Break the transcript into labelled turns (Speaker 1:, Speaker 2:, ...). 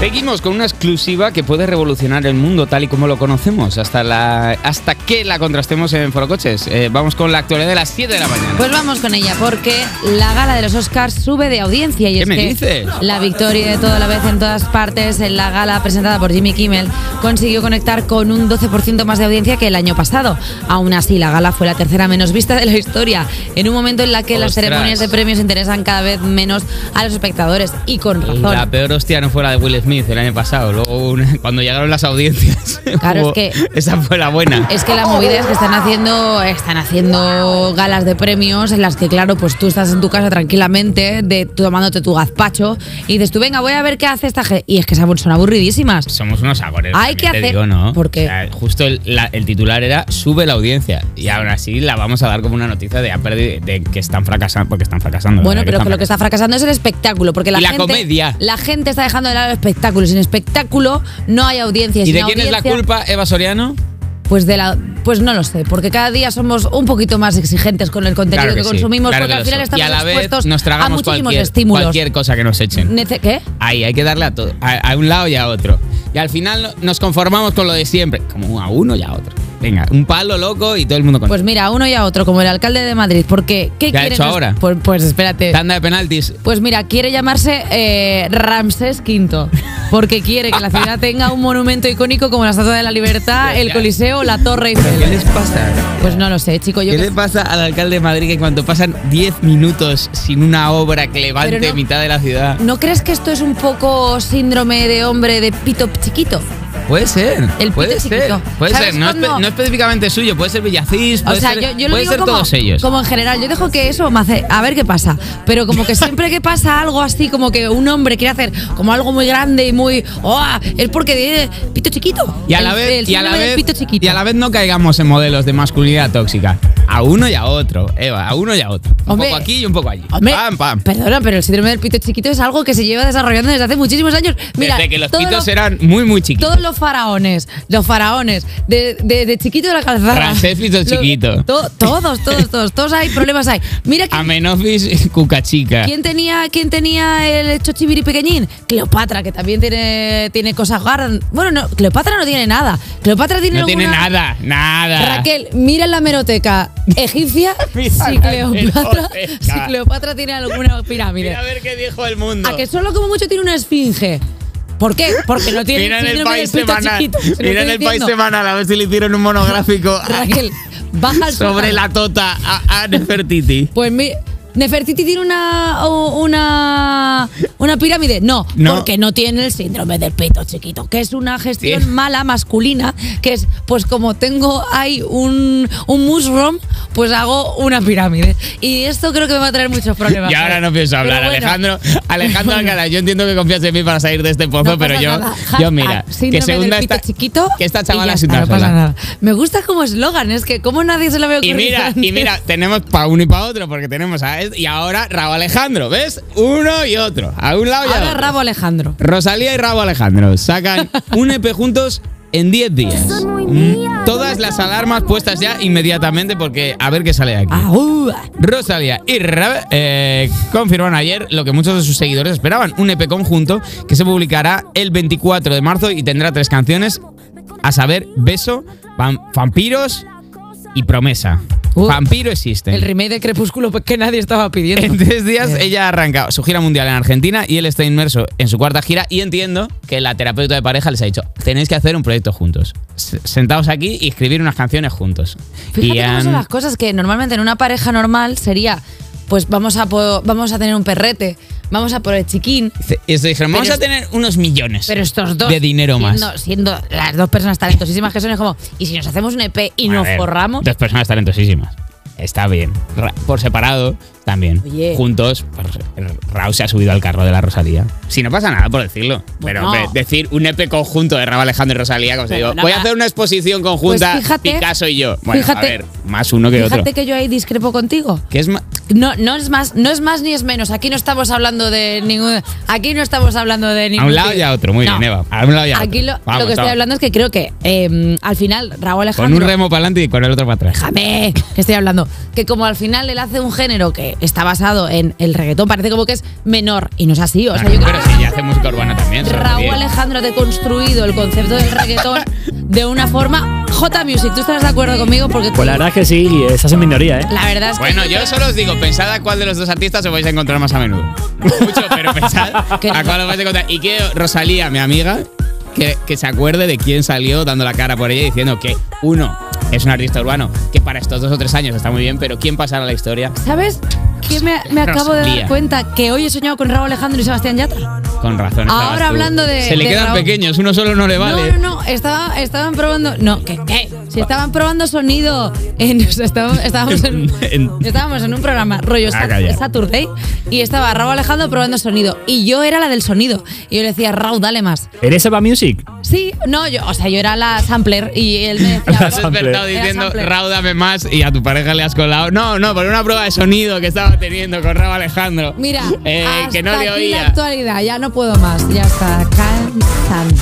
Speaker 1: Seguimos con una exclusiva que puede revolucionar el mundo tal y como lo conocemos, hasta, la, hasta que la contrastemos en Forocoches. Eh, vamos con la actualidad de las 7 de la mañana.
Speaker 2: Pues vamos con ella, porque la gala de los Oscars sube de audiencia. Y
Speaker 1: ¿Qué
Speaker 2: es
Speaker 1: me
Speaker 2: que
Speaker 1: dices?
Speaker 2: La victoria de toda la vez en todas partes en la gala presentada por Jimmy Kimmel consiguió conectar con un 12% más de audiencia que el año pasado. Aún así, la gala fue la tercera menos vista de la historia, en un momento en la que las
Speaker 1: Ostras.
Speaker 2: ceremonias de premios interesan cada vez menos a los espectadores, y con razón.
Speaker 1: La peor hostia no fue la de Will Smith el año pasado, luego una- cuando llegaron las audiencias.
Speaker 2: Claro,
Speaker 1: hubo-
Speaker 2: es que-
Speaker 1: Esa fue la buena.
Speaker 2: Es que la movida es que están haciendo, están haciendo galas de premios en las que, claro, pues tú estás en tu casa tranquilamente, de, tomándote tu gazpacho, y dices tú, venga, voy a ver qué hace esta gente. Y es que esas son aburridísimas.
Speaker 1: Somos unos agoreros.
Speaker 2: Hay que
Speaker 1: también te Digo,
Speaker 2: hacer-
Speaker 1: ¿no?
Speaker 2: ¿Por qué?
Speaker 1: O sea, justo el, la- el titular era sube la audiencia. Y aún así la vamos a dar como una noticia de, ha perdi- de que están fracasando. Porque están fracasando.
Speaker 2: Bueno,
Speaker 1: ¿verdad?
Speaker 2: pero que lo que
Speaker 1: están
Speaker 2: está fracasando es el espectáculo, porque la,
Speaker 1: Y la
Speaker 2: gente,
Speaker 1: comedia.
Speaker 2: La gente está dejando de lado el espectáculo. Sin espectáculo no hay audiencia.
Speaker 1: fracasando. ¿Y
Speaker 2: sin
Speaker 1: de quién es la
Speaker 2: audiencia,
Speaker 1: culpa, Eva Soriano?
Speaker 2: Pues de la, pues no lo sé, porque cada día somos un poquito más exigentes con el contenido
Speaker 1: Claro
Speaker 2: que,
Speaker 1: sí,
Speaker 2: consumimos,
Speaker 1: claro
Speaker 2: porque
Speaker 1: que
Speaker 2: al
Speaker 1: lo
Speaker 2: final
Speaker 1: son.
Speaker 2: estamos
Speaker 1: y a la vez
Speaker 2: expuestos
Speaker 1: nos
Speaker 2: a
Speaker 1: tragamos
Speaker 2: muchísimos
Speaker 1: cualquier,
Speaker 2: estímulos.
Speaker 1: cualquier cosa que nos echen.
Speaker 2: Nece- ¿Qué?
Speaker 1: Ahí hay que darle a, todo, a, a un lado y a otro. Y al final nos conformamos con lo de siempre, como a uno y a otro. Venga, un palo loco y todo el mundo con
Speaker 2: Pues mira, a uno y a otro, como el alcalde de Madrid, porque ¿qué
Speaker 1: ¿Qué ha
Speaker 2: quieren
Speaker 1: hecho
Speaker 2: los-
Speaker 1: ahora?
Speaker 2: Pues, pues espérate.
Speaker 1: tanda de penaltis.
Speaker 2: Pues mira, quiere llamarse eh, Ramsés V, porque quiere que la ciudad tenga un monumento icónico como la Estatua de la Libertad, el Coliseo, la Torre
Speaker 1: ¿Qué
Speaker 2: Eiffel.
Speaker 1: les pasa?
Speaker 2: Pues no lo sé, chico, yo
Speaker 1: ¿Qué
Speaker 2: qué
Speaker 1: le
Speaker 2: sé.
Speaker 1: pasa al alcalde de Madrid que cuando pasan 10 minutos sin una obra que levante
Speaker 2: Pero no-
Speaker 1: mitad de la ciudad?
Speaker 2: ¿No crees que esto es un poco síndrome de hombre de pito chiquito?
Speaker 1: Puede ser.
Speaker 2: El
Speaker 1: puede
Speaker 2: pito
Speaker 1: ser.
Speaker 2: chiquito.
Speaker 1: Puede
Speaker 2: ¿Sabes
Speaker 1: ser. No, espe-
Speaker 2: cuándo?
Speaker 1: no específicamente suyo. Puede ser Villacís.
Speaker 2: O
Speaker 1: Puede
Speaker 2: sea,
Speaker 1: ser,
Speaker 2: yo, yo lo
Speaker 1: puede
Speaker 2: digo
Speaker 1: ser
Speaker 2: como,
Speaker 1: todos ellos.
Speaker 2: como en general. Yo dejo que eso me hace. A ver qué pasa. Pero como que siempre que pasa algo así, como que un hombre quiere hacer como algo muy grande y muy. ¡Oh! Es porque tiene pito chiquito.
Speaker 1: Y a la
Speaker 2: El-
Speaker 1: vez,
Speaker 2: el
Speaker 1: y a la
Speaker 2: síndrome del
Speaker 1: vez,
Speaker 2: pito chiquito.
Speaker 1: y a la vez no caigamos en modelos de masculinidad tóxica. A uno y a otro, Eva, a uno y a otro. Un
Speaker 2: Hombre,
Speaker 1: poco aquí y un poco allí.
Speaker 2: Hombre,
Speaker 1: pam, pam.
Speaker 2: Perdona, pero el síndrome del pito chiquito es algo que se lleva desarrollando desde hace muchísimos años. Mira,
Speaker 1: Desde que los
Speaker 2: todo
Speaker 1: pitos
Speaker 2: lo-
Speaker 1: eran muy, muy chiquitos.
Speaker 2: Todos los faraones, los faraones, de, de, de chiquito de la calzada.
Speaker 1: Ramsés pito
Speaker 2: Los-
Speaker 1: chiquito.
Speaker 2: to- todos, todos, todos, todos hay problemas hay. Mira que
Speaker 1: Amenofis cucachica.
Speaker 2: ¿Quién tenía, quién tenía el chochibiri pequeñín? Cleopatra, que también tiene, tiene cosas grandes. Bueno, no, Cleopatra no tiene nada. Cleopatra tiene
Speaker 1: No tiene
Speaker 2: alguna-
Speaker 1: nada, nada.
Speaker 2: Raquel, mira en la meroteca egipcia si,
Speaker 1: Mira la
Speaker 2: Cleopatra,
Speaker 1: hemeroteca.
Speaker 2: si Cleopatra tiene alguna pirámide.
Speaker 1: Mira a ver qué dijo el mundo.
Speaker 2: A que solo como mucho tiene una esfinge. ¿Por qué? Porque no tiene
Speaker 1: Mira en el
Speaker 2: síndrome del
Speaker 1: país
Speaker 2: pito
Speaker 1: semanal.
Speaker 2: chiquito, se lo
Speaker 1: Mira en
Speaker 2: estoy
Speaker 1: el país
Speaker 2: diciendo.
Speaker 1: semanal. A ver si le hicieron un monográfico a-
Speaker 2: Raquel, baja al
Speaker 1: sobre la
Speaker 2: sótano.
Speaker 1: tota a, a Nefertiti.
Speaker 2: Pues mi, Nefertiti tiene una o- una una pirámide. No,
Speaker 1: No.
Speaker 2: porque no tiene el síndrome del pito chiquito, que es una gestión
Speaker 1: Sí.
Speaker 2: mala masculina, que es pues como tengo ahí un un mushroom, pues hago una pirámide. Y esto creo que me va a traer muchos problemas.
Speaker 1: Y ahora no pienso
Speaker 2: Pero
Speaker 1: hablar,
Speaker 2: bueno.
Speaker 1: Alejandro. Alejandro Alcalá, yo entiendo que confías en mí para salir de este pozo,
Speaker 2: No
Speaker 1: pero
Speaker 2: pasa
Speaker 1: yo,
Speaker 2: nada.
Speaker 1: yo
Speaker 2: Hashtag
Speaker 1: mira, que
Speaker 2: síndrome
Speaker 1: segunda
Speaker 2: del pito
Speaker 1: está,
Speaker 2: chiquito
Speaker 1: que esta
Speaker 2: y ya
Speaker 1: chavala es
Speaker 2: está,
Speaker 1: una
Speaker 2: no pasa
Speaker 1: sola.
Speaker 2: nada. Me gusta como eslogan, es que como nadie se lo había
Speaker 1: Y
Speaker 2: ocurrido.
Speaker 1: mira, y
Speaker 2: antes.
Speaker 1: mira, tenemos para uno y para otro, porque tenemos a este y ahora Rabo Alejandro, ¿ves? Uno y otro, a un lado y a
Speaker 2: Ahora
Speaker 1: otro.
Speaker 2: rabo Alejandro.
Speaker 1: Rosalía y Rabo Alejandro sacan un EP juntos en 10 días. Mm, Todas las alarmas puestas ya inmediatamente, porque a ver qué sale de
Speaker 2: Ah,
Speaker 1: aquí.
Speaker 2: Aú.
Speaker 1: uh. Rosalía y Rab eh, confirmaron ayer lo que muchos de sus seguidores esperaban, un EP conjunto que se publicará el 24 de marzo y tendrá tres canciones, a saber, Beso, Vam- Vampiros y Promesa.
Speaker 2: Uh,
Speaker 1: Vampiro existe.
Speaker 2: El Eh. remake de Crepúsculo pues, que nadie estaba pidiendo.
Speaker 1: En tres días ella arranca su gira mundial en Argentina y él está inmerso en su cuarta gira y entiendo que la terapeuta de pareja les ha dicho, tenéis que hacer un proyecto juntos. S- Sentaos aquí y escribir unas canciones juntos.
Speaker 2: Fíjate
Speaker 1: y
Speaker 2: cómo son
Speaker 1: han-
Speaker 2: las cosas que normalmente en una pareja normal sería, pues vamos a po- vamos a tener un perrete, vamos a por el chiquín.
Speaker 1: Y se dijeron, vamos
Speaker 2: Pero
Speaker 1: a
Speaker 2: es-
Speaker 1: tener unos millones
Speaker 2: Pero estos dos
Speaker 1: de dinero más.
Speaker 2: siendo, siendo las dos personas talentosísimas que son es como, y si nos hacemos un EP y
Speaker 1: A
Speaker 2: nos
Speaker 1: ver,
Speaker 2: forramos,
Speaker 1: Dos personas talentosísimas. Está bien. Ra- por separado, también.
Speaker 2: Oye.
Speaker 1: Juntos, pues, Rao se ha subido al carro de la Rosalía. Si no pasa nada por decirlo. Pero
Speaker 2: Bueno.
Speaker 1: hombre, decir un EP conjunto de Rao Alejandro y Rosalía, como te
Speaker 2: Pero
Speaker 1: digo,
Speaker 2: nada.
Speaker 1: voy a hacer una exposición conjunta
Speaker 2: Pues fíjate-
Speaker 1: Picasso y yo. Bueno,
Speaker 2: fíjate-
Speaker 1: a ver, más uno que
Speaker 2: fíjate
Speaker 1: otro.
Speaker 2: que yo ahí discrepo contigo.
Speaker 1: ¿Qué es ma-
Speaker 2: No, no es más, no es más ni es menos. Aquí no estamos hablando de ningún. Aquí no estamos hablando de ningún.
Speaker 1: A un lado y a otro. Muy
Speaker 2: No.
Speaker 1: bien, Eva. A un lado y a
Speaker 2: Aquí
Speaker 1: otro.
Speaker 2: lo,
Speaker 1: Vamos,
Speaker 2: lo que estoy
Speaker 1: vamos.
Speaker 2: hablando es que creo que eh, al final Raúl Alejandro.
Speaker 1: Con un remo para adelante y con el otro para atrás.
Speaker 2: Déjame, que estoy hablando. eso, que como al final él hace un género que está basado en el reggaetón, parece como que es menor y no es así. O sea, yo
Speaker 1: pero
Speaker 2: creo que
Speaker 1: si ya hace música urbana también. se lo
Speaker 2: Raúl
Speaker 1: digo.
Speaker 2: Alejandro ha deconstruido el concepto del reggaetón de una forma. J Music, ¿tú estás de acuerdo conmigo? Porque tú-
Speaker 3: Pues la verdad es que sí, y estás en minoría, ¿eh?
Speaker 2: la verdad es que.
Speaker 1: Bueno, yo solo os digo, pensad a cuál de los dos artistas os vais a encontrar más a menudo. No mucho, pero pensad
Speaker 2: Que-
Speaker 1: a cuál os vais a encontrar. Y que Rosalía, mi amiga, que, que se acuerde de quién salió dando la cara por ella y diciendo que uno es un artista urbano, que para estos dos o tres años está muy bien, pero quién pasará a la historia
Speaker 2: ¿Sabes qué me, me acabo de
Speaker 1: Rosalía.
Speaker 2: dar cuenta? Que hoy he soñado con Raúl Alejandro y Sebastián Yatra.
Speaker 1: con razón. estabas
Speaker 2: Ahora
Speaker 1: tú.
Speaker 2: hablando de-
Speaker 1: Se le
Speaker 2: de
Speaker 1: quedan
Speaker 2: Raúl.
Speaker 1: pequeños, uno solo no le vale.
Speaker 2: No, no, no. Estaba, estaban probando. No, ¿qué? qué? Si estaban probando sonido. En, o sea, estábamos, estábamos, en,
Speaker 1: En-
Speaker 2: estábamos en un programa rollo
Speaker 1: Ah,
Speaker 2: Sat-
Speaker 1: calla.
Speaker 2: Saturday y estaba Raúl Alejandro probando sonido. Y yo era la del sonido. Y yo le decía, Raúl, dale más.
Speaker 3: ¿Eres Eva Music?
Speaker 2: Sí, no, yo, o sea, yo era la sampler y él me
Speaker 1: Te
Speaker 2: decía.
Speaker 1: has despertado
Speaker 2: Era
Speaker 1: diciendo,
Speaker 2: sample.
Speaker 1: Raúl, dame más y a tu pareja le has colado. No, no, por una prueba de sonido que estaba teniendo con Raúl Alejandro.
Speaker 2: Mira,
Speaker 1: Eh, que no
Speaker 2: hasta
Speaker 1: le
Speaker 2: aquí la
Speaker 1: oía.
Speaker 2: actualidad, ya no puedo más, ya está cansando.